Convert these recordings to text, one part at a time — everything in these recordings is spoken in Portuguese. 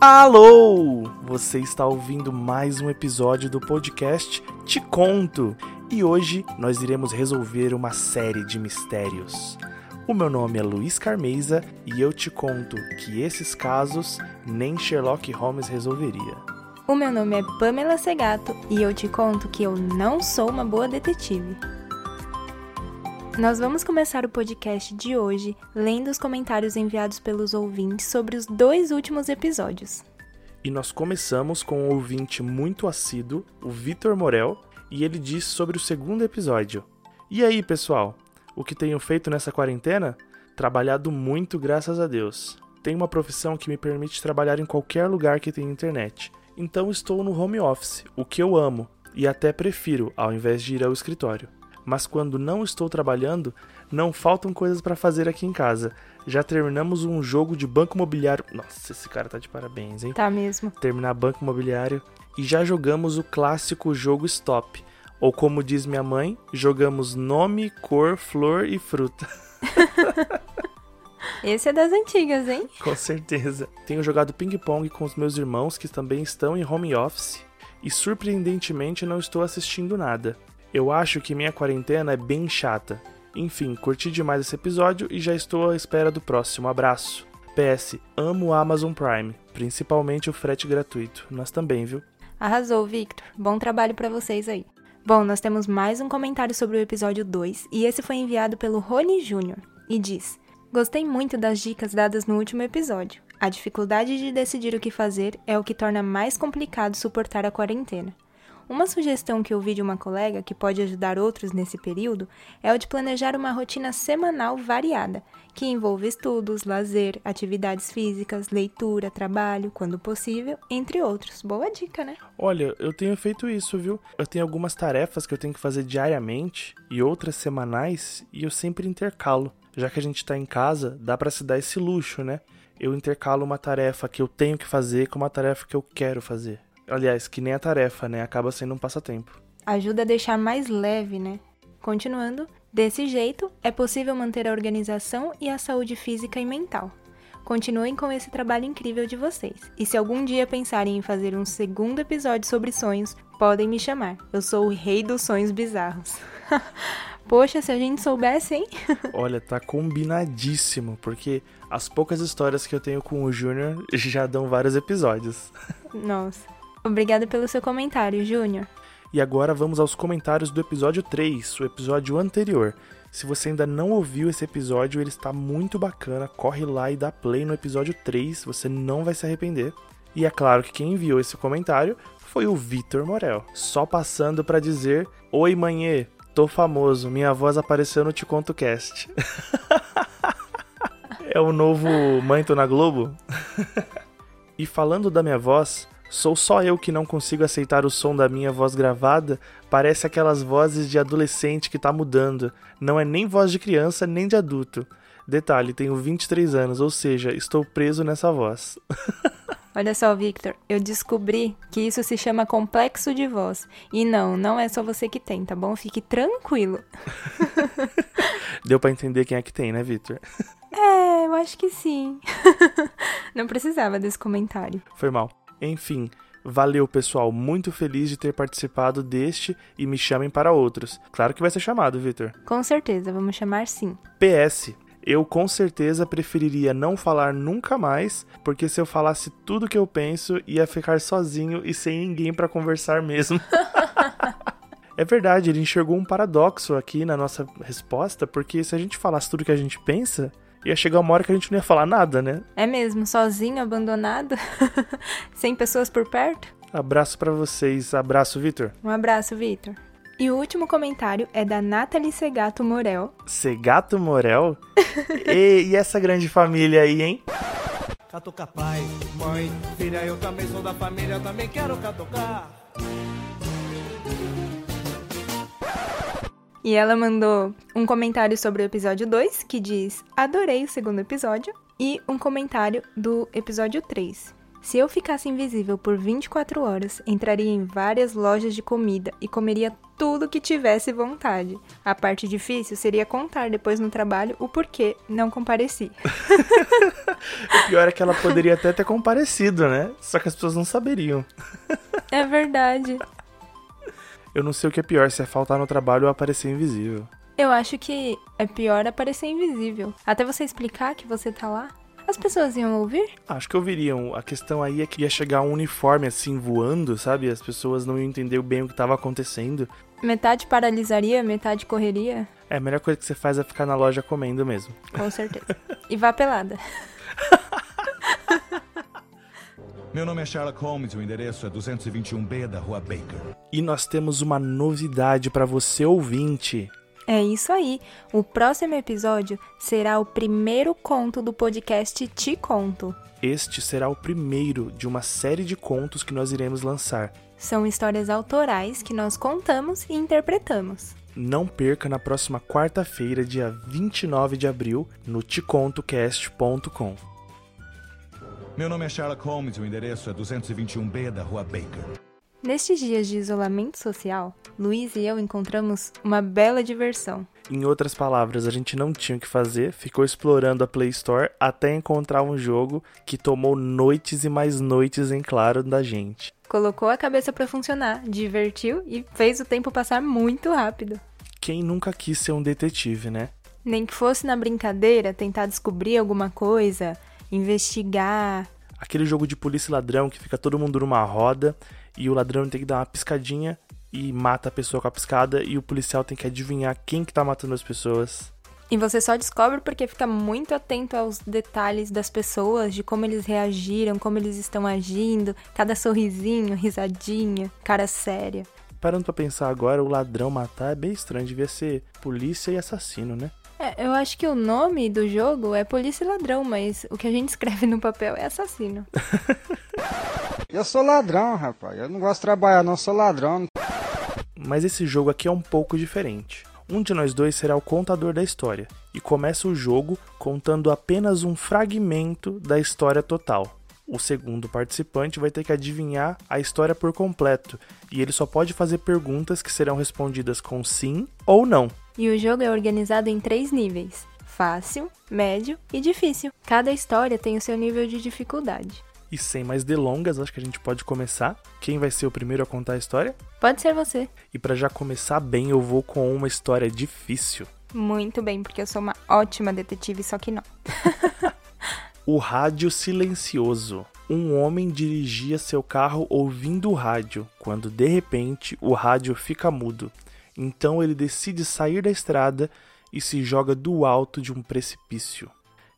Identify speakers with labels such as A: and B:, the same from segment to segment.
A: Alô! Você está ouvindo mais um episódio do podcast Te Conto e hoje nós iremos resolver uma série de mistérios. O meu nome é Luiz Carmeiza e eu te conto que esses casos nem Sherlock Holmes resolveria.
B: O meu nome é Pamela Segato e eu te conto que eu não sou uma boa detetive. Nós vamos começar o podcast de hoje lendo os comentários enviados pelos ouvintes sobre os dois últimos episódios.
A: E nós começamos com um ouvinte muito assíduo, o Vitor Morel, e ele disse sobre o segundo episódio. E aí, pessoal? O que tenho feito nessa quarentena? Trabalhado muito, graças a Deus. Tenho uma profissão que me permite trabalhar em qualquer lugar que tenha internet. Então estou no home office, o que eu amo e até prefiro ao invés de ir ao escritório mas quando não estou trabalhando, não faltam coisas para fazer aqui em casa. Já terminamos um jogo de banco imobiliário. Nossa, esse cara tá de parabéns, hein?
B: Tá mesmo.
A: Terminar banco imobiliário e já jogamos o clássico jogo stop, ou como diz minha mãe, jogamos nome, cor, flor e fruta.
B: Esse é das antigas, hein?
A: Com certeza. Tenho jogado ping-pong com os meus irmãos que também estão em home office e surpreendentemente não estou assistindo nada. Eu acho que minha quarentena é bem chata. Enfim, curti demais esse episódio e já estou à espera do próximo. Abraço. PS, amo o Amazon Prime, principalmente o frete gratuito. Nós também, viu?
B: Arrasou, Victor. Bom trabalho para vocês aí. Bom, nós temos mais um comentário sobre o episódio 2 e esse foi enviado pelo Rony Júnior e diz: Gostei muito das dicas dadas no último episódio. A dificuldade de decidir o que fazer é o que torna mais complicado suportar a quarentena. Uma sugestão que ouvi de uma colega que pode ajudar outros nesse período é o de planejar uma rotina semanal variada, que envolve estudos, lazer, atividades físicas, leitura, trabalho, quando possível, entre outros. Boa dica, né?
A: Olha, eu tenho feito isso, viu? Eu tenho algumas tarefas que eu tenho que fazer diariamente e outras semanais e eu sempre intercalo. Já que a gente tá em casa, dá para se dar esse luxo, né? Eu intercalo uma tarefa que eu tenho que fazer com uma tarefa que eu quero fazer. Aliás, que nem a tarefa, né? Acaba sendo um passatempo.
B: Ajuda a deixar mais leve, né? Continuando, desse jeito é possível manter a organização e a saúde física e mental. Continuem com esse trabalho incrível de vocês. E se algum dia pensarem em fazer um segundo episódio sobre sonhos, podem me chamar. Eu sou o rei dos sonhos bizarros. Poxa, se a gente soubesse, hein?
A: Olha, tá combinadíssimo, porque as poucas histórias que eu tenho com o Júnior já dão vários episódios.
B: Nossa. Obrigada pelo seu comentário, Júnior.
A: E agora vamos aos comentários do episódio 3, o episódio anterior. Se você ainda não ouviu esse episódio, ele está muito bacana. Corre lá e dá play no episódio 3, você não vai se arrepender. E é claro que quem enviou esse comentário foi o Vitor Morel. Só passando para dizer: Oi, manhê, tô famoso, minha voz apareceu no Te Conto Cast. é o novo Mãe Tô na Globo? e falando da minha voz, Sou só eu que não consigo aceitar o som da minha voz gravada? Parece aquelas vozes de adolescente que tá mudando. Não é nem voz de criança, nem de adulto. Detalhe, tenho 23 anos, ou seja, estou preso nessa voz.
B: Olha só, Victor, eu descobri que isso se chama complexo de voz. E não, não é só você que tem, tá bom? Fique tranquilo.
A: Deu para entender quem é que tem, né, Victor?
B: É, eu acho que sim. não precisava desse comentário.
A: Foi mal. Enfim, valeu pessoal, muito feliz de ter participado deste e me chamem para outros. Claro que vai ser chamado, Vitor.
B: Com certeza, vamos chamar sim.
A: PS. Eu com certeza preferiria não falar nunca mais, porque se eu falasse tudo que eu penso, ia ficar sozinho e sem ninguém para conversar mesmo. é verdade, ele enxergou um paradoxo aqui na nossa resposta, porque se a gente falasse tudo que a gente pensa, ia chegar uma hora que a gente não ia falar nada, né?
B: É mesmo, sozinho, abandonado, sem pessoas por perto.
A: Abraço para vocês, abraço, Vitor.
B: Um abraço, Vitor. E o último comentário é da Nathalie Segato Morel.
A: Segato Morel? e, e essa grande família aí, hein?
C: Catuca pai, mãe, filha, eu também sou da família, eu também quero catucar.
B: E ela mandou um comentário sobre o episódio 2, que diz: Adorei o segundo episódio, e um comentário do episódio 3, Se eu ficasse invisível por 24 horas, entraria em várias lojas de comida e comeria tudo que tivesse vontade. A parte difícil seria contar depois no trabalho o porquê não compareci.
A: O pior é que ela poderia até ter comparecido, né? Só que as pessoas não saberiam.
B: é verdade.
A: Eu não sei o que é pior, se é faltar no trabalho ou aparecer invisível.
B: Eu acho que é pior aparecer invisível. Até você explicar que você tá lá, as pessoas iam ouvir?
A: Acho que ouviriam. A questão aí é que ia chegar um uniforme assim voando, sabe? As pessoas não iam entender bem o que tava acontecendo.
B: Metade paralisaria, metade correria?
A: É, a melhor coisa que você faz é ficar na loja comendo mesmo.
B: Com certeza. E vá pelada.
D: Meu nome é Sherlock Holmes e o endereço é 221B da Rua Baker.
A: E nós temos uma novidade pra você ouvinte.
B: É isso aí. O próximo episódio será o primeiro conto do podcast Te Conto.
A: Este será o primeiro de uma série de contos que nós iremos lançar.
B: São histórias autorais que nós contamos e interpretamos.
A: Não perca na próxima quarta-feira, dia 29 de abril, no tecontocast.com.
D: Meu nome é Sherlock Holmes e o endereço é 221B da Rua Baker.
B: Nestes dias de isolamento social, Luiz e eu encontramos uma bela diversão.
A: Em outras palavras, a gente não tinha o que fazer, ficou explorando a Play Store até encontrar um jogo que tomou noites e mais noites em claro da gente.
B: Colocou a cabeça pra funcionar, divertiu e fez o tempo passar muito rápido.
A: Quem nunca quis ser um detetive, né?
B: Nem que fosse na brincadeira tentar descobrir alguma coisa, investigar.
A: Aquele jogo de polícia e ladrão que fica todo mundo numa roda e o ladrão tem que dar uma piscadinha e mata a pessoa com a piscada e o policial tem que adivinhar quem que tá matando as pessoas.
B: E você só descobre porque fica muito atento aos detalhes das pessoas, de como eles reagiram, como eles estão agindo, cada sorrisinho, risadinha, cara séria.
A: Parando pra pensar agora, o ladrão matar é bem estranho, devia ser polícia e assassino, né?
B: É, eu acho que o nome do jogo é Polícia e Ladrão, mas o que a gente escreve no papel é assassino.
E: Eu sou ladrão, rapaz. Eu não gosto de trabalhar, não. Eu sou ladrão.
A: Mas esse jogo aqui é um pouco diferente. Um de nós dois será o contador da história e começa o jogo contando apenas um fragmento da história total. O segundo participante vai ter que adivinhar a história por completo e ele só pode fazer perguntas que serão respondidas com sim ou não.
B: E o jogo é organizado em três níveis: fácil, médio e difícil. Cada história tem o seu nível de dificuldade.
A: E sem mais delongas, acho que a gente pode começar. Quem vai ser o primeiro a contar a história?
B: Pode ser você.
A: E pra já começar bem, eu vou com uma história difícil.
B: Muito bem, porque eu sou uma ótima detetive, só que não.
A: O rádio silencioso. Um homem dirigia seu carro ouvindo o rádio, quando de repente o rádio fica mudo. Então ele decide sair da estrada e se joga do alto de um precipício.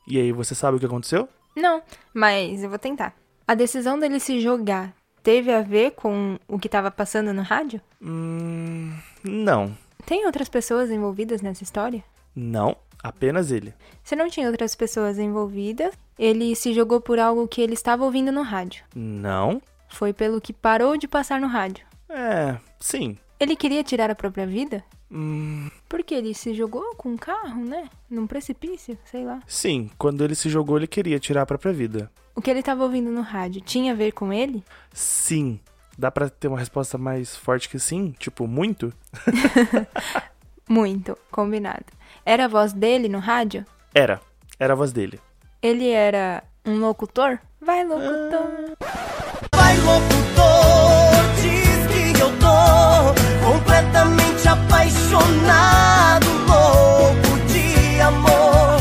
A: E aí, você sabe o que aconteceu?
B: Não, mas eu vou tentar. A decisão dele se jogar teve a ver com o que estava passando no rádio?
A: Hum. Não.
B: Tem outras pessoas envolvidas nessa história?
A: Não, apenas ele.
B: Se não tinha outras pessoas envolvidas, ele se jogou por algo que ele estava ouvindo no rádio.
A: Não?
B: Foi pelo que parou de passar no rádio.
A: É, sim.
B: Ele queria tirar a própria vida?
A: Hum,
B: Porque ele se jogou com um carro, né? Num precipício, sei lá.
A: sim, quando ele se jogou, ele queria tirar a própria vida.
B: O que ele estava ouvindo no rádio tinha a ver com ele?
A: Sim. Dá pra ter uma resposta mais forte que sim? Tipo, muito?
B: Muito, combinado. Era a voz dele no rádio?
A: Era. Era a voz dele.
B: Ele era um locutor? Vai, locutor!
C: Vai, locutor, diz que eu tô completamente apaixonado, louco de amor.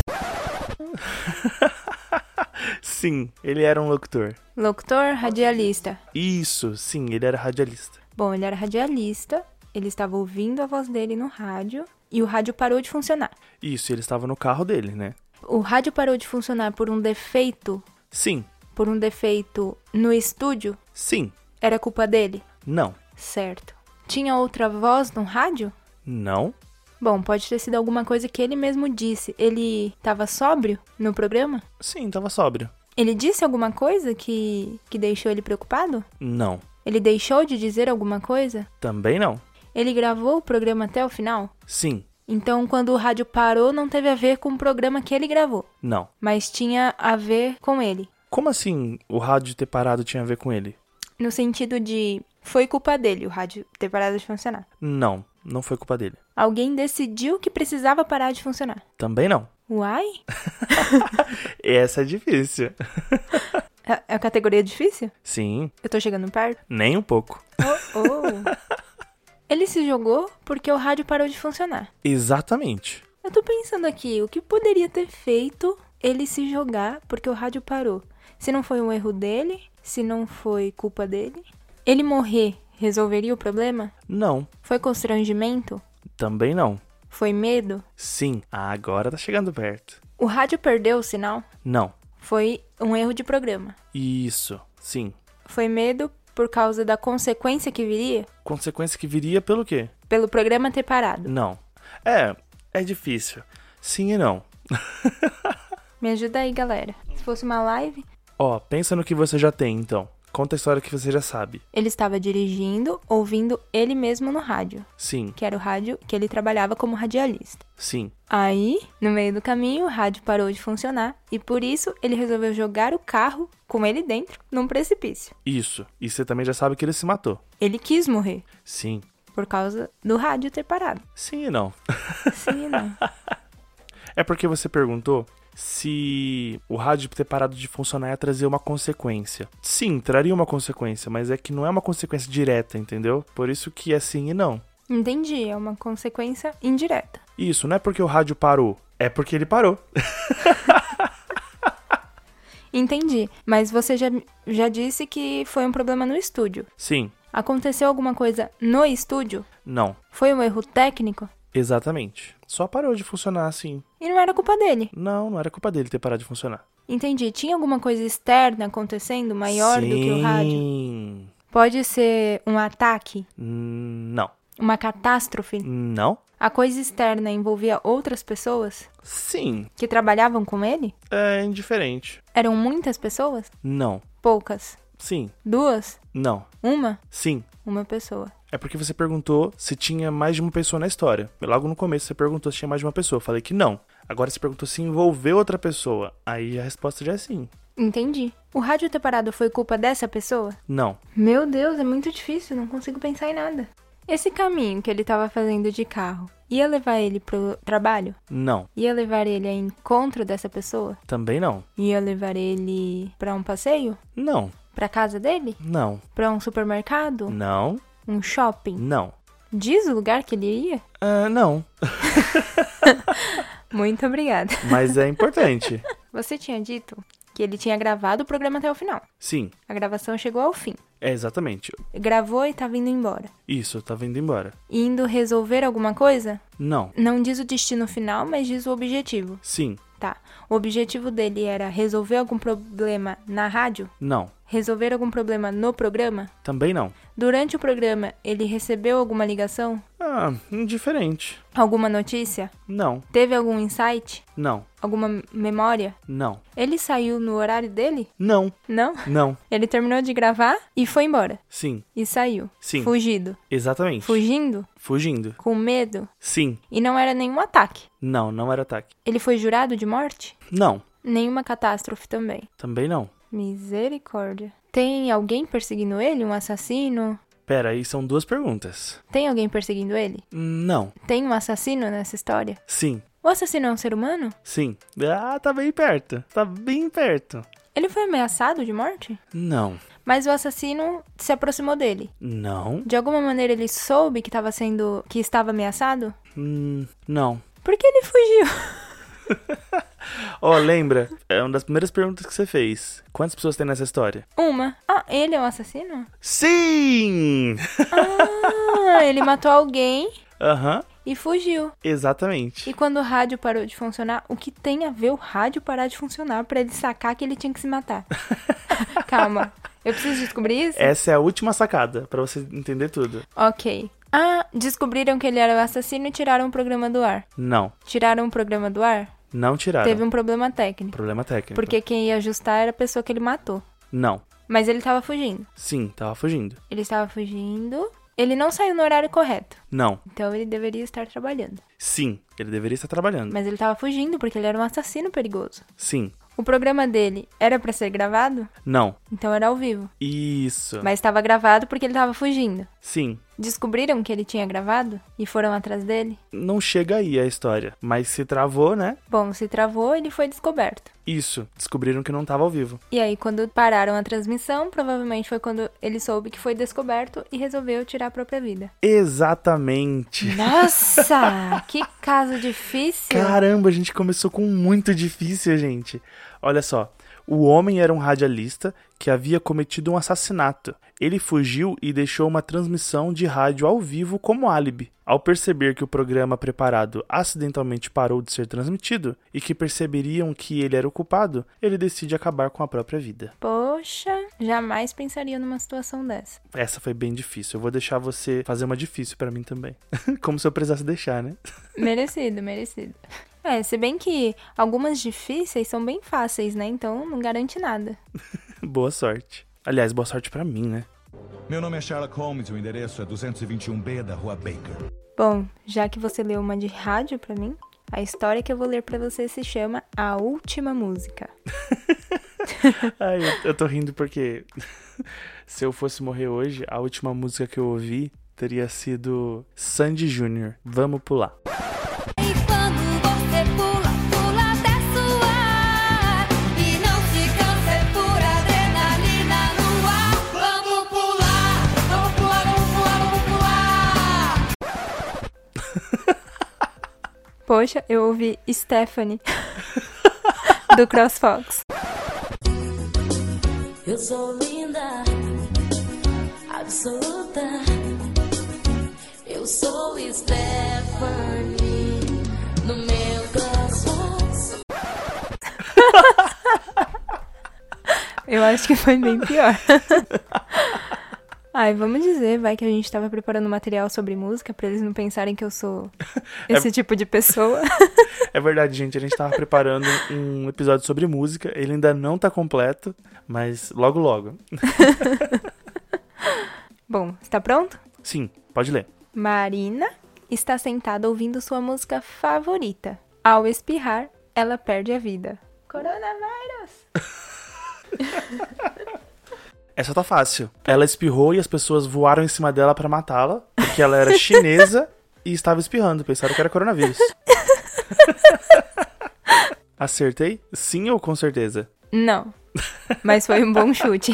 A: Sim, ele era um locutor.
B: Locutor, radialista.
A: Isso, sim, ele era radialista.
B: Bom, ele era radialista, ele estava ouvindo a voz dele no rádio e o rádio parou de funcionar.
A: Isso, ele estava no carro dele, né?
B: O rádio parou de funcionar por um defeito,
A: Sim,
B: por um defeito no estúdio?
A: sim,
B: Era culpa dele?
A: não,
B: Certo. Tinha outra voz no rádio?
A: não,
B: Bom, pode ter sido alguma coisa que ele mesmo disse. Ele estava sóbrio no programa?
A: sim, tava sóbrio.
B: Ele disse alguma coisa que, que deixou ele preocupado?
A: Não,
B: Ele deixou de dizer alguma coisa?
A: também não,
B: Ele gravou o programa até o final?
A: sim,
B: Então, quando o rádio parou, não teve a ver com o programa que ele gravou,
A: não,
B: mas tinha a ver com ele.
A: Como assim o rádio ter parado tinha a ver com ele?
B: No sentido de foi culpa dele o rádio ter parado de funcionar.
A: Não, não foi culpa dele.
B: Alguém decidiu que precisava parar de funcionar.
A: Também não.
B: Uai?
A: Essa é difícil.
B: É- É a categoria difícil?
A: Sim,
B: Eu tô chegando perto?
A: nem um pouco.
B: Oh, oh. Ele se jogou porque o rádio parou de funcionar.
A: Exatamente.
B: Eu tô pensando aqui, o que poderia ter feito ele se jogar porque o rádio parou? Se não foi um erro dele, se não foi culpa dele. Ele morrer resolveria o problema?
A: Não,
B: Foi constrangimento?
A: também não.
B: Foi medo?
A: Sim, agora tá chegando perto.
B: O rádio perdeu o sinal?
A: Não.
B: Foi um erro de programa.
A: Isso, sim.
B: Foi medo por causa da consequência que viria
A: Consequência que viria pelo quê?
B: pelo programa ter parado.
A: Não. É, é difícil. Sim e não.
B: Me ajuda aí, galera. Se fosse uma live,
A: Ó, pensa no que você já tem então. Conta a história que você já sabe.
B: ele estava dirigindo, ouvindo ele mesmo no rádio,
A: Sim,
B: que era o rádio que ele trabalhava como radialista.
A: sim.
B: Aí, no meio do caminho, o rádio parou de funcionar e por isso ele resolveu jogar o carro com ele dentro num precipício.
A: Isso. E você também já sabe que ele se matou.
B: Ele quis morrer
A: Sim.
B: por causa do rádio ter parado.
A: Sim e não.
B: Sim, né?
A: É porque você perguntou se o rádio ter parado de funcionar ia trazer uma consequência. Sim, traria uma consequência, mas é que não é uma consequência direta, entendeu? Por isso que é sim e não.
B: Entendi, é uma consequência indireta.
A: Isso, não é porque o rádio parou, é porque ele parou.
B: Entendi, mas você já, já disse que foi um problema no estúdio.
A: Sim,
B: Aconteceu alguma coisa no estúdio?
A: não,
B: Foi um erro técnico?
A: exatamente. Só parou de funcionar assim.
B: E não era culpa dele.
A: Não, não era culpa dele ter parado de funcionar.
B: Entendi, tinha alguma coisa externa acontecendo maior do que o rádio?
A: Sim.
B: Pode ser um ataque,
A: Não.
B: uma catástrofe?
A: Não?
B: A coisa externa envolvia outras pessoas
A: Sim.
B: que trabalhavam com ele?
A: É indiferente.
B: Eram muitas pessoas?
A: Não.
B: Poucas?
A: Sim.
B: Duas?
A: Não.
B: Uma?
A: Sim.
B: Uma pessoa.
A: É porque você perguntou se tinha mais de uma pessoa na história. Logo no começo você perguntou se tinha mais de uma pessoa. Eu falei que não. Agora você perguntou se envolveu outra pessoa. Aí a resposta já é sim.
B: Entendi. O rádio ter parado foi culpa dessa pessoa?
A: Não.
B: Meu Deus, é muito difícil, não consigo pensar em nada. Esse caminho que ele estava fazendo de carro ia levar ele pro trabalho?
A: Não.
B: Ia levar ele a encontro dessa pessoa?
A: Também não.
B: Ia levar ele pra um passeio?
A: Não.
B: Pra casa dele?
A: Não.
B: Pra um supermercado?
A: Não.
B: Um shopping?
A: Não.
B: Diz o lugar que ele ia?
A: Ah, não.
B: Muito obrigada.
A: Mas é importante.
B: Você tinha dito que ele tinha gravado o programa até o final.
A: Sim.
B: A gravação chegou ao fim.
A: É exatamente.
B: Gravou e tava indo embora.
A: Isso, tá vindo embora.
B: Indo resolver alguma coisa?
A: Não.
B: Não diz o destino final, mas diz o objetivo.
A: Sim.
B: Tá. O objetivo dele era resolver algum problema na rádio?
A: Não.
B: Resolver algum problema no programa?
A: Também não.
B: Durante o programa, ele recebeu alguma ligação?
A: Ah, indiferente.
B: Alguma notícia?
A: Não.
B: Teve algum insight?
A: Não.
B: Alguma memória?
A: Não.
B: Ele saiu no horário dele?
A: Não.
B: Não?
A: Não.
B: Ele terminou de gravar e foi embora.
A: Sim.
B: E saiu.
A: Sim.
B: Fugido.
A: Exatamente.
B: Fugindo?
A: Fugindo.
B: Com medo?
A: Sim.
B: E não era nenhum ataque.
A: Não, não era ataque.
B: Ele foi jurado de morte?
A: Não.
B: Nenhuma catástrofe também.
A: Também não.
B: Misericórdia. Tem alguém perseguindo ele? Um assassino?
A: Pera, aí são duas perguntas.
B: Tem alguém perseguindo ele?
A: Não.
B: Tem um assassino nessa história?
A: Sim.
B: O assassino é um ser humano?
A: Sim. Ah, tá bem perto. Tá bem perto.
B: Ele foi ameaçado de morte?
A: Não.
B: Mas o assassino se aproximou dele.
A: Não.
B: De alguma maneira ele soube que estava sendo. que estava ameaçado?
A: Hum, não.
B: Por que ele fugiu?
A: Ó, lembra? É uma das primeiras perguntas que você fez. Quantas pessoas tem nessa história?
B: Uma. Ah, ele é um assassino?
A: Sim!
B: Ah, ele matou alguém
A: Aham,
B: e fugiu.
A: exatamente.
B: E quando o rádio parou de funcionar, o que tem a ver o rádio parar de funcionar pra ele sacar que ele tinha que se matar? Calma, eu preciso descobrir isso?
A: Essa é a última sacada, pra você entender tudo.
B: Ok. Ah, descobriram que ele era o assassino e tiraram o programa do ar.
A: Não,
B: Tiraram o programa do ar?
A: não tiraram.
B: Teve um problema técnico.
A: Problema técnico.
B: Porque quem ia ajustar era a pessoa que ele matou.
A: Não.
B: Mas ele tava fugindo.
A: Sim, tava fugindo.
B: Ele estava fugindo. Ele não saiu no horário correto.
A: Não.
B: Então ele deveria estar trabalhando.
A: Sim, ele deveria estar trabalhando.
B: Mas ele tava fugindo porque ele era um assassino perigoso.
A: Sim.
B: O programa dele era pra ser gravado,
A: Não.
B: então era ao vivo.
A: Isso.
B: Mas estava gravado porque ele tava fugindo.
A: Sim.
B: Descobriram que ele tinha gravado e foram atrás dele?
A: Não chega aí a história. Mas se travou, né?
B: Bom, se travou, ele foi descoberto.
A: Isso. Descobriram que não tava ao vivo.
B: E aí, quando pararam a transmissão, provavelmente foi quando ele soube que foi descoberto e resolveu tirar a própria vida.
A: Exatamente.
B: Nossa! que caso difícil!
A: Caramba, a gente começou com muito difícil, gente. Olha só. O homem era um radialista que havia cometido um assassinato. Ele fugiu e deixou uma transmissão de rádio ao vivo como álibi. Ao perceber que o programa preparado acidentalmente parou de ser transmitido e que perceberiam que ele era o culpado, ele decide acabar com a própria vida.
B: Poxa, jamais pensaria numa situação dessa.
A: Essa foi bem difícil. Eu vou deixar você fazer uma difícil pra mim também. Como se eu precisasse deixar, né?
B: Merecido, merecido. É, se bem que algumas difíceis são bem fáceis, né? Então não garante nada.
A: boa sorte. Aliás, boa sorte pra mim, né?
D: Meu nome é Sherlock Holmes e o endereço é 221B da Rua Baker.
B: Bom, já que você leu uma de rádio pra mim, a história que eu vou ler pra você se chama A Última Música.
A: Ai, eu, eu tô rindo porque se eu fosse morrer hoje, a última música que eu ouvi teria sido Sandy Jr. Vamos pular.
F: E quando você pula, pula até suar E não se canse por adrenalina no ar Vamos pular, vamos pular, vamos pular, vamos pular
B: Poxa, eu ouvi Stephanie do CrossFox.
G: Eu sou linda, absoluta. Eu sou Stephanie, no meu coração.
B: Eu acho que foi bem pior. Ai, vamos dizer, vai que a gente tava preparando material sobre música pra eles não pensarem que eu sou esse tipo de pessoa.
A: É verdade, gente, a gente tava preparando um episódio sobre música, ele ainda não tá completo, mas logo logo.
B: Bom, está pronto?
A: Sim, pode ler.
B: Marina está sentada ouvindo sua música favorita. Ao espirrar, ela perde a vida. Coronavírus!
A: Essa tá fácil. Ela espirrou e as pessoas voaram em cima dela pra matá-la, porque ela era chinesa e estava espirrando, pensaram que era coronavírus. Acertei? Sim ou com certeza?
B: Não, mas foi um bom chute.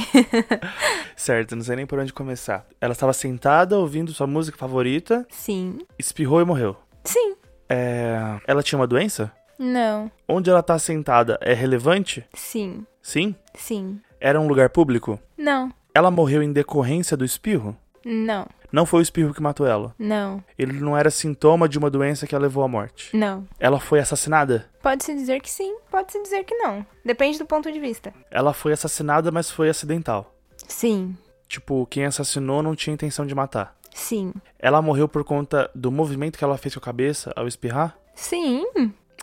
A: Certo, não sei nem por onde começar. Ela estava sentada ouvindo sua música favorita,
B: Sim.
A: espirrou e morreu.
B: Sim.
A: É... Ela tinha uma doença?
B: Não.
A: Onde ela tá sentada é relevante?
B: Sim.
A: Sim.
B: Sim.
A: Era um lugar público?
B: Não.
A: Ela morreu em decorrência do espirro?
B: Não.
A: Não foi o espirro que matou ela.
B: Não.
A: Ele não era sintoma de uma doença que a levou à morte.
B: Não.
A: Ela foi assassinada?
B: Pode-se dizer que sim, pode-se dizer que não. Depende do ponto de vista.
A: Ela foi assassinada, mas foi acidental.
B: Sim.
A: Tipo, quem assassinou não tinha intenção de matar.
B: Sim.
A: Ela morreu por conta do movimento que ela fez com a cabeça ao espirrar?
B: Sim.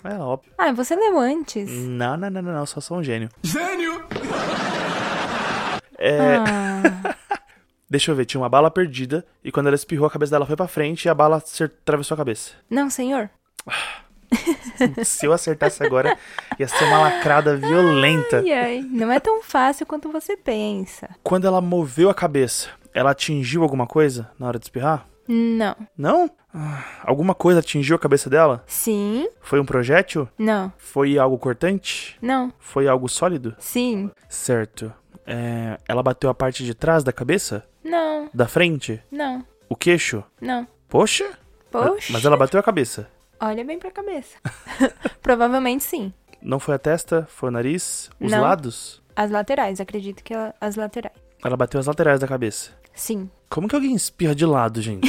A: É óbvio.
B: Ah, você leu antes.
A: Não, não, não, não, não, só sou um gênio. Gênio! É,
B: Ah,
A: Deixa eu ver, tinha uma bala perdida e quando ela espirrou, a cabeça dela foi pra frente e a bala acer- atravessou a cabeça.
B: não, senhor.
A: Se eu acertasse agora, ia ser uma lacrada violenta.
B: Ai, ai. Não é tão fácil quanto você pensa.
A: Quando ela moveu a cabeça, ela atingiu alguma coisa na hora de espirrar?
B: Não.
A: Não? Ah, Alguma coisa atingiu a cabeça dela?
B: Sim.
A: Foi um projétil?
B: Não.
A: Foi algo cortante?
B: Não.
A: Foi algo sólido?
B: Sim.
A: Certo. É, ela bateu a parte de trás da cabeça?
B: Não.
A: Da frente?
B: Não.
A: O queixo?
B: Não.
A: Poxa!
B: Poxa.
A: Mas ela bateu a cabeça.
B: Olha bem pra cabeça. Provavelmente sim.
A: Não foi a testa, foi o nariz, os
B: Não.
A: lados.
B: As laterais, acredito que ela- as laterais.
A: Ela bateu as laterais da cabeça.
B: Sim.
A: Como que alguém espirra de lado, gente?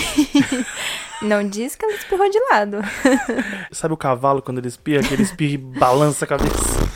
B: Não diz que ela espirrou de lado.
A: Sabe o cavalo quando ele espirra, que ele espirra e balança a cabeça?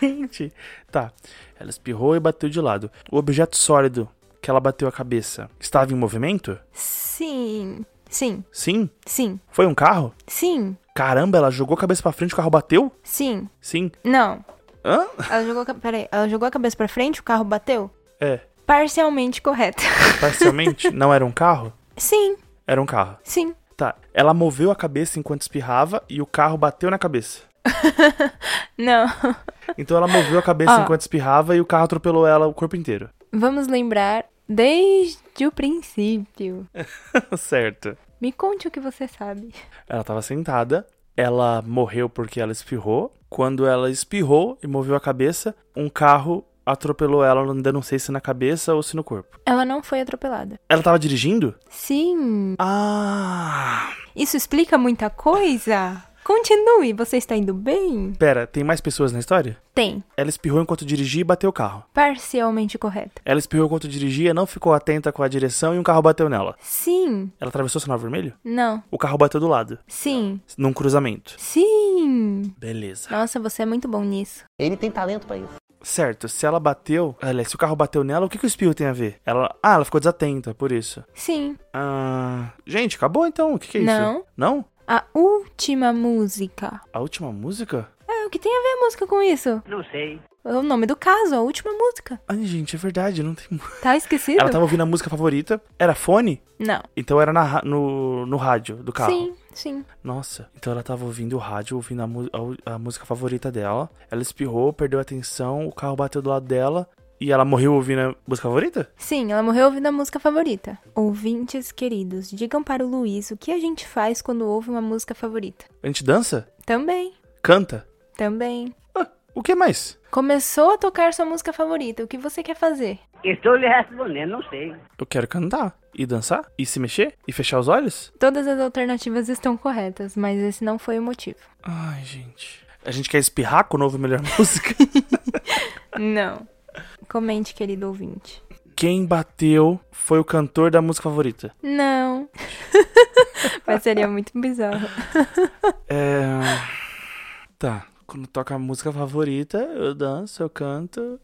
A: gente, tá. Ela espirrou e bateu de lado. O objeto sólido que ela bateu a cabeça estava em movimento?
B: Sim. Sim.
A: Sim.
B: Sim.
A: Foi um carro?
B: Sim.
A: Caramba, ela jogou a cabeça pra frente, o carro bateu?
B: Sim.
A: Sim.
B: Não.
A: Hã?
B: Ela jogou, a ca- peraí, ela jogou a cabeça pra frente, o carro bateu?
A: É,
B: Parcialmente correto.
A: parcialmente. não era um carro?
B: Sim.
A: Era um carro.
B: Sim.
A: Tá, ela moveu a cabeça enquanto espirrava e o carro bateu na cabeça.
B: Não.
A: Então ela moveu a cabeça
B: Ó.
A: enquanto espirrava e o carro atropelou ela o corpo inteiro.
B: Vamos lembrar desde o princípio.
A: certo.
B: Me conte o que você sabe.
A: Ela tava sentada, ela morreu porque ela espirrou. Quando ela espirrou e moveu a cabeça, um carro atropelou ela, ainda não sei se na cabeça ou se no corpo.
B: Ela não foi atropelada.
A: Ela tava dirigindo?
B: Sim.
A: Ah!
B: Isso explica muita coisa. Continue, você está indo bem?
A: Pera, tem mais pessoas na história?
B: Tem.
A: Ela espirrou enquanto dirigia e bateu o carro.
B: Parcialmente correta.
A: Ela espirrou enquanto dirigia, não ficou atenta com a direção e um carro bateu nela.
B: Sim.
A: Ela atravessou o sinal vermelho?
B: Não.
A: O carro bateu do lado,
B: Sim.
A: num cruzamento.
B: Sim.
A: Beleza.
B: Nossa, você é muito bom nisso.
H: Ele tem talento pra isso.
A: Certo, se ela bateu. Aliás, se o carro bateu nela, o que, que o espirro tem a ver? Ela. Ah, ela ficou desatenta, por isso.
B: Sim.
A: Ah. Gente, acabou então? O que, que é
B: Não.
A: isso? Não?
B: A última música.
A: A última música?
B: É, o que tem a ver a música com isso?
H: Não sei.
B: É o nome do caso, a última música.
A: Ai, gente, é verdade, não tem.
B: Tá esquecido?
A: Ela tava ouvindo a música favorita. Era fone?
B: Não.
A: Então era na ra- no, no rádio do carro.
B: Sim, sim.
A: Nossa, então ela tava ouvindo o rádio, ouvindo a, mu- a u- a música favorita dela. Ela espirrou, perdeu a atenção, o carro bateu do lado dela e ela morreu ouvindo a música favorita?
B: Sim, ela morreu ouvindo a música favorita. Ouvintes queridos, digam para o Luiz o que a gente faz quando ouve uma música favorita.
A: A gente dança?
B: Também,
A: Canta?
B: também.
A: Ah, o que mais?
B: Começou a tocar sua música favorita, o que você quer fazer?
H: Estou lhe respondendo, não sei.
A: Eu quero cantar. E dançar? E se mexer? E fechar os olhos?
B: Todas as alternativas estão corretas, mas esse não foi o motivo.
A: Ai, gente. A gente quer espirrar com o novo melhor música?
B: Não. Comente, querido ouvinte.
A: Quem bateu foi o cantor da música favorita.
B: Não. mas seria muito bizarro.
A: É. Tá. Quando toca a música favorita, eu danço, eu canto.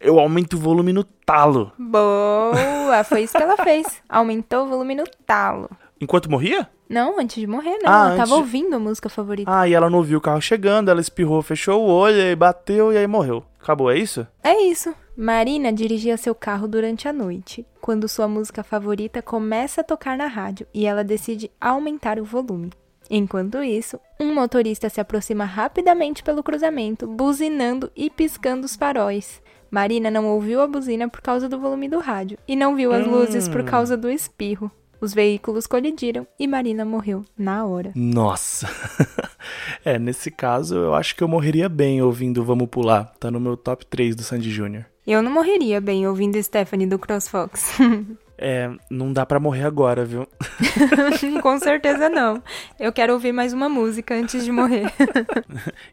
A: Eu aumento o volume no talo.
B: Boa! Foi isso que ela fez. Aumentou o volume no talo.
A: Enquanto morria?
B: Não, antes de morrer, não.
A: Ah,
B: ela
A: antes
B: tava
A: de-
B: ouvindo a música favorita.
A: Ah, e ela não viu o carro chegando, ela espirrou, fechou o olho, aí bateu e aí morreu. Acabou, é isso?
B: É isso. Marina dirigia seu carro durante a noite, quando sua música favorita começa a tocar na rádio e ela decide aumentar o volume. Enquanto isso, um motorista se aproxima rapidamente pelo cruzamento, buzinando e piscando os faróis. Marina não ouviu a buzina por causa do volume do rádio e não viu as luzes por causa do espirro. Os veículos colidiram e Marina morreu na hora.
A: Nossa. é, nesse caso, eu acho que eu morreria bem ouvindo Vamos Pular. Tá no meu top 3 do Sandy Júnior.
B: Eu não morreria bem ouvindo Stephanie do CrossFox.
A: É, não dá pra morrer agora, viu?
B: Com certeza não. Eu quero ouvir mais uma música antes de morrer.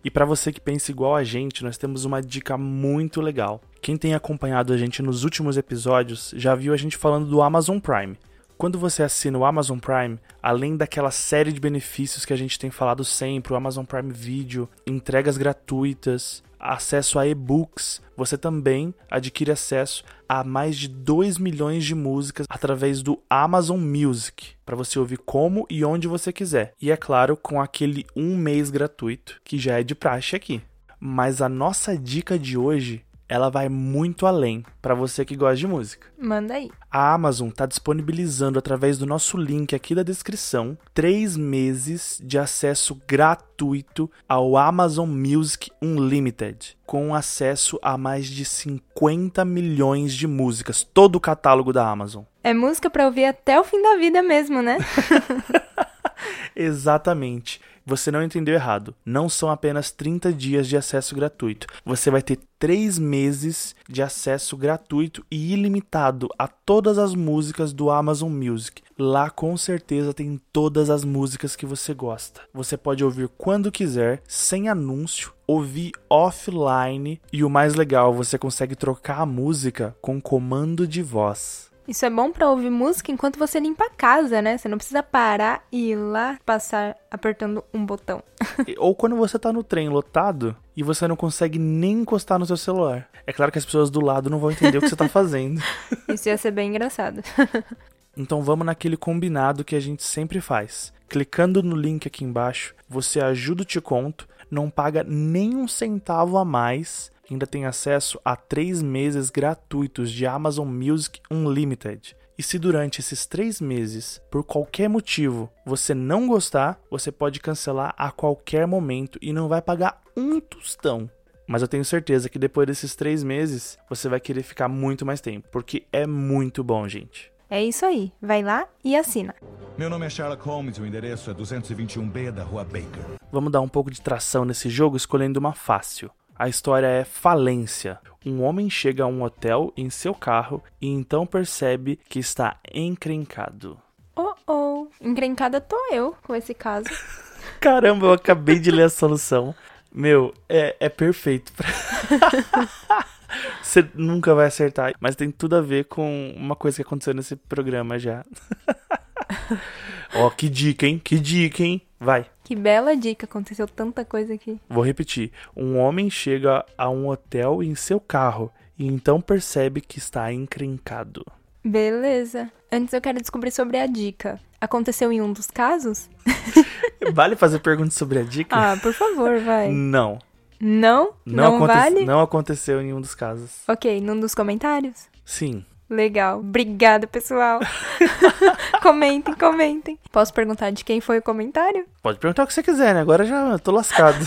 A: E pra você que pensa igual a gente, nós temos uma dica muito legal. Quem tem acompanhado a gente nos últimos episódios já viu a gente falando do Amazon Prime. Quando você assina o Amazon Prime, além daquela série de benefícios que a gente tem falado sempre, o Amazon Prime Video, entregas gratuitas, acesso a e-books, você também adquire acesso a mais de 2 milhões de músicas através do Amazon Music, para você ouvir como e onde você quiser. E é claro, com aquele um mês gratuito, que já é de praxe aqui. Mas a nossa dica de hoje, ela vai muito além para você que gosta de música.
B: Manda aí.
A: A Amazon está disponibilizando, através do nosso link aqui da descrição, três meses de acesso gratuito ao Amazon Music Unlimited, com acesso a mais de 50 milhões de músicas, todo o catálogo da Amazon.
B: É música pra ouvir até o fim da vida mesmo, né?
A: Exatamente. Você não entendeu errado. Não são apenas 30 dias de acesso gratuito. Você vai ter 3 meses de acesso gratuito e ilimitado a todas as músicas do Amazon Music. Lá com certeza tem todas as músicas que você gosta. Você pode ouvir quando quiser, sem anúncio, ouvir offline e o mais legal, você consegue trocar a música com comando de voz.
B: Isso é bom pra ouvir música enquanto você limpa a casa, né? Você não precisa parar e ir lá passar apertando um botão.
A: E- Ou quando você tá no trem lotado e você não consegue nem encostar no seu celular. É claro que as pessoas do lado não vão entender o que você tá fazendo.
B: Isso ia ser bem engraçado.
A: Então vamos naquele combinado que a gente sempre faz. Clicando no link aqui embaixo, você ajuda o Te Conto, não paga nem um centavo a mais, ainda tem acesso a três meses gratuitos de Amazon Music Unlimited. E se durante esses três meses, por qualquer motivo, você não gostar, você pode cancelar a qualquer momento e não vai pagar um tostão. Mas eu tenho certeza que depois desses três meses, você vai querer ficar muito mais tempo, porque é muito bom, gente.
B: É isso aí, vai lá e assina.
D: Meu nome é Sherlock Holmes e o endereço é 221B da Rua Baker.
A: Vamos dar um pouco de tração nesse jogo escolhendo uma fácil. A história é Falência. Um homem chega a um hotel em seu carro e então percebe que está encrencado.
B: Oh oh, encrencada tô eu com esse caso.
A: Caramba, eu acabei de ler a solução. Meu, é, é perfeito. pra- Você nunca vai acertar, mas tem tudo a ver com uma coisa que aconteceu nesse programa já. Ó, que dica, hein? Que dica, hein? Vai.
B: Que bela dica, aconteceu tanta coisa aqui.
A: Vou repetir. Um homem chega a um hotel em seu carro e então percebe que está encrencado.
B: Beleza. Antes eu quero descobrir sobre a dica. Aconteceu em um dos casos?
A: Vale fazer perguntas sobre a dica?
B: Ah, por favor, vai.
A: Não.
B: Não?
A: Não, aconte-
B: vale?
A: não aconteceu em nenhum dos casos.
B: Ok, num dos comentários?
A: Sim.
B: Legal. Obrigada, pessoal. comentem, comentem. Posso perguntar de quem foi o comentário?
A: Pode perguntar o que você quiser, né? Agora já tô lascado.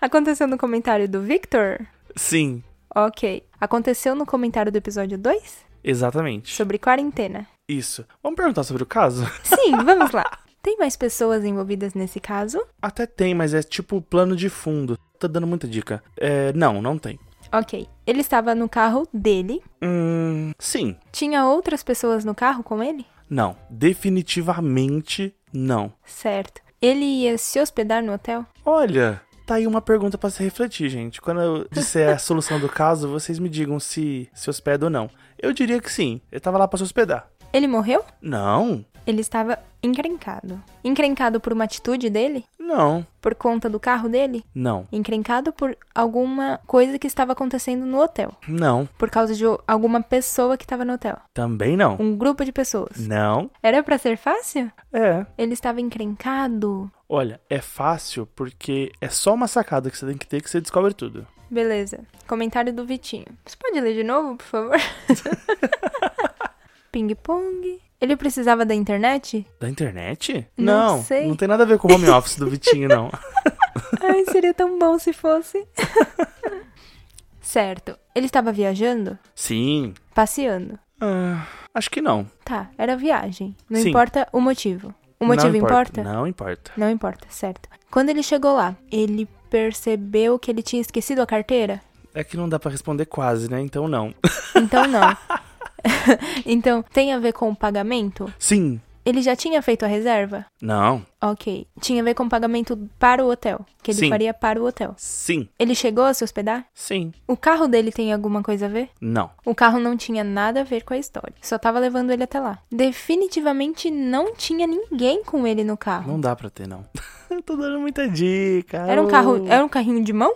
B: Aconteceu no comentário do Victor?
A: Sim,
B: Ok. Aconteceu no comentário do episódio 2?
A: exatamente.
B: Sobre quarentena.
A: Isso. Vamos perguntar sobre o caso?
B: Sim, vamos lá. Tem mais pessoas envolvidas nesse caso?
A: Até tem, mas é tipo plano de fundo. Tá dando muita dica. É, não, não tem.
B: Ok. Ele estava no carro dele.
A: Hum, sim.
B: Tinha outras pessoas no carro com ele?
A: Não. Definitivamente não.
B: Certo. Ele ia se hospedar no hotel?
A: Olha, tá aí uma pergunta pra se refletir, gente. Quando eu disser a solução do caso, vocês me digam se se hospeda ou não. Eu diria que sim. Ele tava lá pra se hospedar.
B: Ele morreu?
A: Não.
B: Ele estava encrencado. Encrencado por uma atitude dele?
A: Não.
B: Por conta do carro dele?
A: Não.
B: Encrencado por alguma coisa que estava acontecendo no hotel.
A: Não.
B: Por causa de o- alguma pessoa que estava no hotel.
A: Também não.
B: Um grupo de pessoas.
A: Não.
B: Era pra ser fácil?
A: É.
B: Ele estava encrencado.
A: Olha, é fácil porque é só uma sacada que você tem que ter que você descobre tudo.
B: Beleza. Comentário do Vitinho. Você pode ler de novo, por favor? Ping pong. Ele precisava da internet?
A: Da internet?
B: Não sei.
A: Não tem nada a ver com o home office do Vitinho, não.
B: Ai, seria tão bom se fosse. certo. Ele estava viajando?
A: Sim.
B: Passeando.
A: Ah, acho que não.
B: Tá, era viagem. Não
A: Sim.
B: importa o motivo. O motivo
A: não
B: importa?
A: Não importa.
B: Não importa, certo. Quando ele chegou lá, ele percebeu que ele tinha esquecido a carteira?
A: É que não dá pra responder quase, né? Então não.
B: Então não. então, tem a ver com o pagamento?
A: Sim.
B: Ele já tinha feito a reserva?
A: Não.
B: Ok. Tinha a ver com o pagamento para o hotel, que ele
A: Sim.
B: faria para o hotel.
A: Sim.
B: Ele chegou a se hospedar?
A: Sim.
B: O carro dele tem alguma coisa a ver?
A: Não.
B: O carro não tinha nada a ver com a história. Só tava levando ele até lá. Definitivamente não tinha ninguém com ele no carro.
A: Não dá pra ter, não. Eu Tô dando muita dica.
B: Era um
A: Ô.
B: carro, era um carrinho de mão?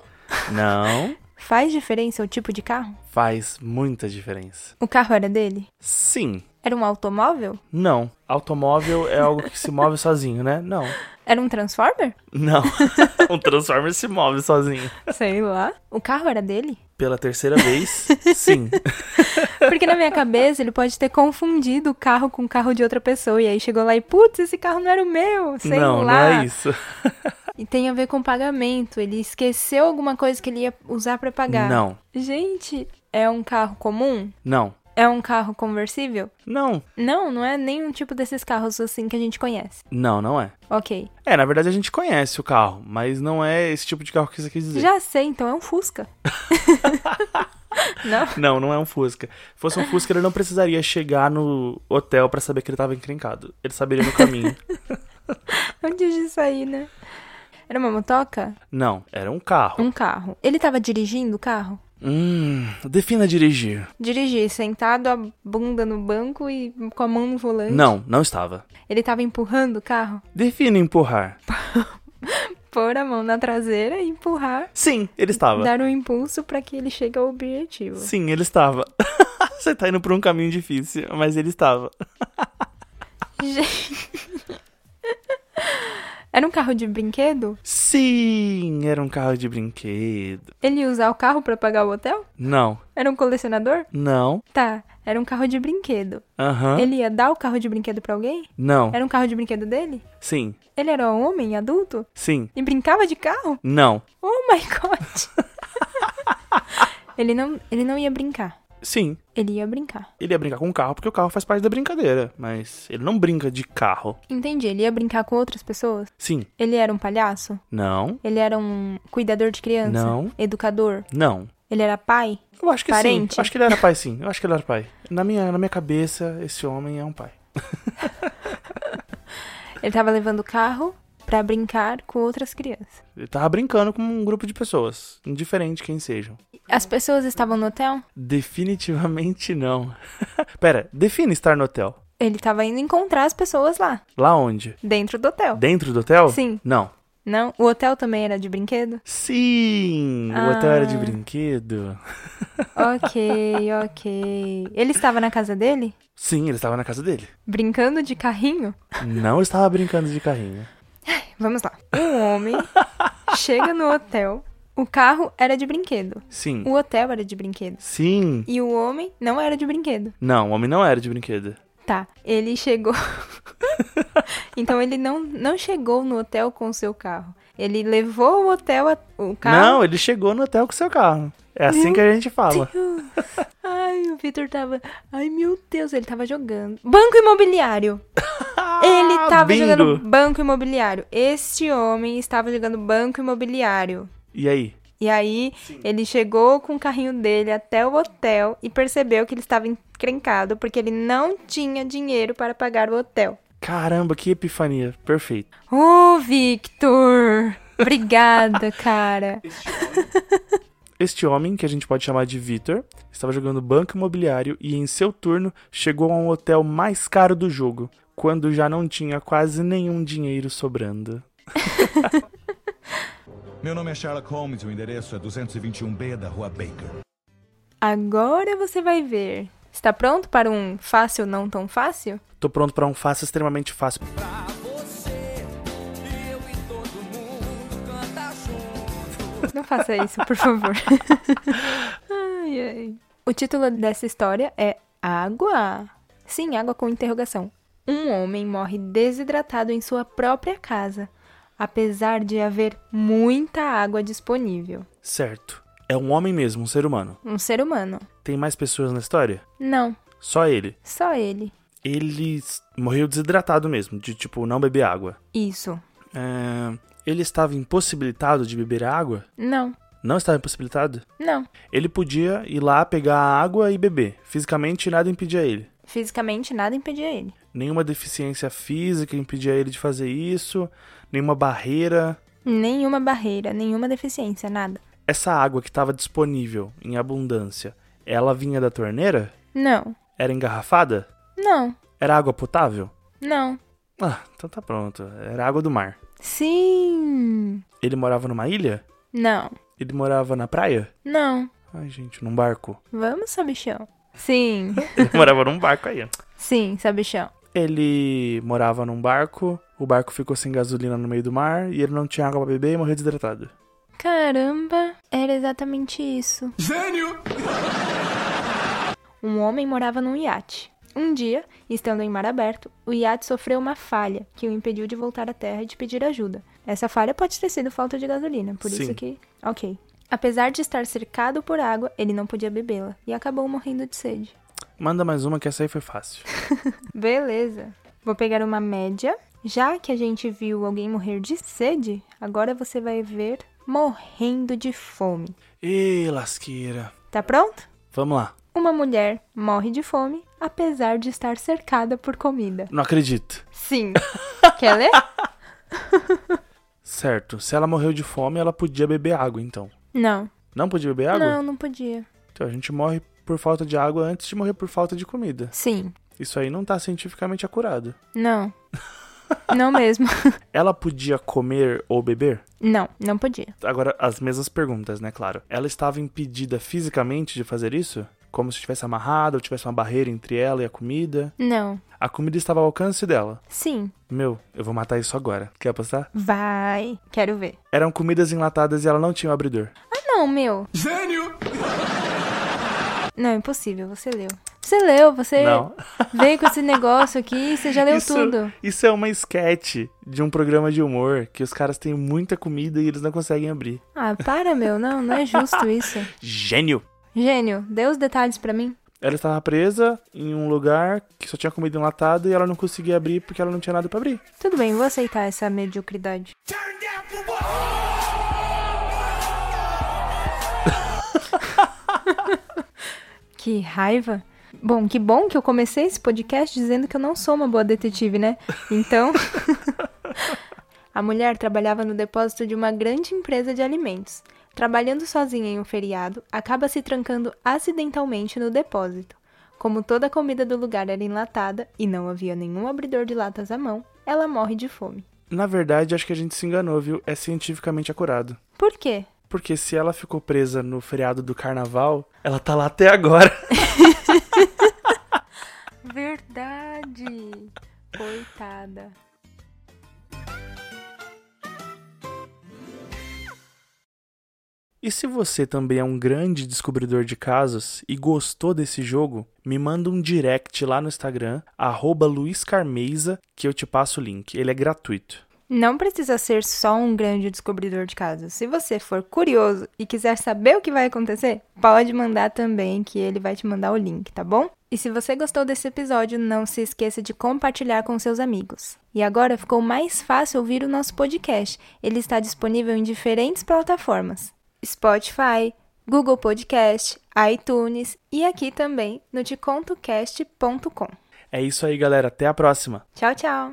A: Não.
B: Faz diferença o tipo de carro?
A: Faz muita diferença.
B: O carro era dele?
A: Sim.
B: Era um automóvel?
A: Não. Automóvel é algo que se move sozinho, né? Não.
B: Era um transformer?
A: Não. um Transformer se move sozinho.
B: Sei lá. O carro era dele?
A: Pela terceira vez, sim.
B: Porque na minha cabeça ele pode ter confundido o carro com o carro de outra pessoa. E aí chegou lá e, putz, esse carro não era o meu. Sei
A: não,
B: lá.
A: não é isso.
B: E tem a ver com pagamento. Ele esqueceu alguma coisa que ele ia usar pra pagar.
A: Não.
B: Gente, é um carro comum?
A: Não.
B: É um carro conversível?
A: Não.
B: Não, não é nenhum tipo desses carros assim que a gente conhece.
A: Não, não é.
B: Ok.
A: É, na verdade a gente conhece o carro, mas não é esse tipo de carro que você quis dizer.
B: Já sei, então é um Fusca. não?
A: Não, não é um Fusca. Se fosse um Fusca, ele não precisaria chegar no hotel pra saber que ele tava encrencado. Ele saberia no caminho.
B: Antes de sair, né? Era uma motoca?
A: não, era um carro.
B: Um carro. Ele tava dirigindo o carro?
A: Hum, defina dirigir.
B: Dirigir, sentado, a bunda no banco e com a mão no volante.
A: Não, não estava.
B: Ele tava empurrando o carro?
A: Defina empurrar.
B: Pôr a mão na traseira e empurrar.
A: Sim, ele estava.
B: Dar um impulso pra que ele chegue ao objetivo.
A: Sim, ele estava. você tá indo por um caminho difícil, mas ele estava.
B: Gente. Era um carro de brinquedo?
A: Sim, era um carro de brinquedo.
B: Ele ia usar o carro pra pagar o hotel?
A: Não,
B: Era um colecionador?
A: não,
B: Tá. Era um carro de brinquedo.
A: Aham.
B: Ele ia dar o carro de brinquedo pra alguém?
A: Não.
B: Era um carro de brinquedo dele?
A: Sim.
B: Ele era um homem, adulto?
A: Sim.
B: E brincava de carro?
A: Não.
B: Oh my god! ele, não, ele não ia brincar.
A: Sim.
B: Ele ia brincar.
A: Ele ia brincar com o carro porque o carro faz parte da brincadeira, mas ele não brinca de carro.
B: Entendi, ele ia brincar com outras pessoas?
A: Sim.
B: Ele era um palhaço?
A: Não.
B: Ele era um cuidador de criança?
A: Não.
B: Educador?
A: Não.
B: Ele era pai?
A: Eu acho que sim.
B: Parente?
A: Eu acho que ele era pai, sim. Eu acho que ele era pai. Na minha, na minha cabeça, esse homem é um pai.
B: Ele tava levando o carro pra brincar com outras crianças.
A: Ele tava brincando com um grupo de pessoas, indiferente quem sejam.
B: As pessoas estavam no hotel?
A: Definitivamente não. Pera, define estar no hotel.
B: Ele tava indo encontrar as pessoas lá,
A: Lá onde?
B: dentro do hotel.
A: Dentro do hotel?
B: Sim.
A: Não.
B: Não? O hotel também era de brinquedo?
A: Sim! O hotel
B: Ah.
A: era de brinquedo.
B: Ok, ok. Ele estava na casa dele?
A: Sim, ele estava na casa dele.
B: Brincando de carrinho?
A: Não estava brincando de carrinho.
B: Vamos lá. Um homem chega no hotel. O carro era de brinquedo.
A: Sim.
B: O hotel era de brinquedo.
A: Sim.
B: E o homem não era de brinquedo.
A: Não, o homem não era de brinquedo.
B: Tá, ele chegou. então ele não, não chegou no hotel com o seu carro. Ele levou o hotel a- o carro.
A: Não, ele chegou no hotel com seu carro. É assim que a gente fala.
B: Ai, o Vitor tava. Ai, meu Deus, ele tava jogando. Banco imobiliário! Ele tava
A: Bingo.
B: jogando banco imobiliário. Este homem estava jogando banco imobiliário.
A: E aí?
B: E aí, ele chegou com o carrinho dele até o hotel e percebeu que ele estava encrencado porque ele não tinha dinheiro para pagar o hotel.
A: Caramba, que epifania. Perfeito.
B: Ô, Victor! Obrigada, cara.
A: Este homem, que a gente pode chamar de Vitor, estava jogando banco imobiliário e em seu turno chegou a um hotel mais caro do jogo, quando já não tinha quase nenhum dinheiro sobrando.
D: Meu nome é Sherlock Holmes e o endereço é 221B da Rua Baker.
B: Agora você vai ver. Está pronto para um fácil não tão fácil?
A: Tô pronto pra um fácil extremamente fácil.
C: Pra você, eu e todo mundo canta junto.
B: Não faça isso, por favor. Ai, ai. O título dessa história é Água. Sim, água com interrogação. Um homem morre desidratado em sua própria casa, apesar de haver muita água disponível.
A: Certo. É um homem mesmo, um ser humano.
B: Um ser humano.
A: Tem mais pessoas na história?
B: Não,
A: Só ele.
B: só ele.
A: Ele s- morreu desidratado mesmo, de tipo, não beber água.
B: Isso.
A: É, Ele estava impossibilitado de beber água?
B: Não,
A: Não estava impossibilitado?
B: não.
A: Ele podia ir lá pegar a água e beber. Fisicamente, nada impedia ele.
B: Fisicamente nada impedia ele.
A: Nenhuma deficiência física impedia ele de fazer isso, nenhuma barreira.
B: Nenhuma barreira, nenhuma deficiência, nada.
A: Essa água que estava disponível em abundância, ela vinha da torneira?
B: Não,
A: Era engarrafada?
B: não,
A: Era água potável?
B: não.
A: Ah, então tá pronto. Era água do mar.
B: Sim.
A: Ele morava numa ilha?
B: Não,
A: Ele morava na praia?
B: não.
A: Ai, gente, num barco.
B: Vamos, sabichão. Sim,
A: Ele morava num barco aí.
B: sim, sabichão.
A: Ele morava num barco, o barco ficou sem gasolina no meio do mar e ele não tinha água pra beber e morreu desidratado.
B: Caramba, era exatamente isso. Gênio! Um homem morava num iate. Um dia, estando em mar aberto, o iate sofreu uma falha que o impediu de voltar à terra e de pedir ajuda. Essa falha pode ter sido falta de gasolina, por
A: Sim.
B: isso que. Ok. Apesar de estar cercado por água, ele não podia bebê-la e acabou morrendo de sede.
A: Manda mais uma que essa aí foi fácil.
B: Beleza. Vou pegar uma média. Já que a gente viu alguém morrer de sede, agora você vai ver morrendo de fome.
A: Ê, lasqueira.
B: Tá pronto?
A: Vamos lá.
B: Uma mulher morre de fome, apesar de estar cercada por comida.
A: Não acredito.
B: Sim. Quer ler?
A: Certo, se ela morreu de fome, ela podia beber água, então.
B: Não.
A: Não podia beber água?
B: Não, não podia.
A: Então a gente morre por falta de água antes de morrer por falta de comida.
B: Sim.
A: Isso aí não tá cientificamente acurado.
B: Não. Não mesmo.
A: Ela podia comer ou beber?
B: Não, não podia.
A: Agora, as mesmas perguntas, né, claro. Ela estava impedida fisicamente de fazer isso? Como se estivesse amarrada ou tivesse uma barreira entre ela e a comida?
B: Não.
A: A comida estava ao alcance dela.
B: Sim.
A: Meu, eu vou matar isso agora. Quer apostar?
B: Vai. Quero ver.
A: Eram comidas enlatadas e ela não tinha um abridor.
B: Ah, não, meu. Gênio! Não, impossível. Você leu. Você leu, você
A: Não.
B: veio com esse negócio aqui, você já leu tudo.
A: Isso é uma sketch de um programa de humor que os caras têm muita comida e eles não conseguem abrir.
B: Ah, para, meu, não, não é justo isso.
A: Gênio!
B: Gênio, dê os detalhes pra mim.
A: Ela estava presa em um lugar que só tinha comida enlatada e ela não conseguia abrir porque ela não tinha nada pra abrir.
B: Tudo bem, vou aceitar essa mediocridade. que raiva. Bom, que bom que eu comecei esse podcast dizendo que eu não sou uma boa detetive, né? Então. A mulher trabalhava no depósito de uma grande empresa de alimentos. Trabalhando sozinha em um feriado, acaba se trancando acidentalmente no depósito. Como toda a comida do lugar era enlatada e não havia nenhum abridor de latas à mão, ela morre de fome.
A: Na verdade, acho que a gente se enganou, viu? É cientificamente acurado.
B: Por quê?
A: Porque se ela ficou presa no feriado do carnaval, ela tá lá até agora.
B: Verdade! Coitada.
A: E se você também é um grande descobridor de casos e gostou desse jogo, me manda um direct lá no Instagram, arroba Luiz Carmeiza, que eu te passo o link. Ele é gratuito.
B: Não precisa ser só um grande descobridor de casos. Se você for curioso e quiser saber o que vai acontecer, pode mandar também, que ele vai te mandar o link, tá bom? E se você gostou desse episódio, não se esqueça de compartilhar com seus amigos. E agora ficou mais fácil ouvir o nosso podcast. Ele está disponível em diferentes plataformas: Spotify, Google Podcast, iTunes e aqui também no tecontocast.com.
A: É isso aí, galera. Até a próxima!
B: Tchau, tchau!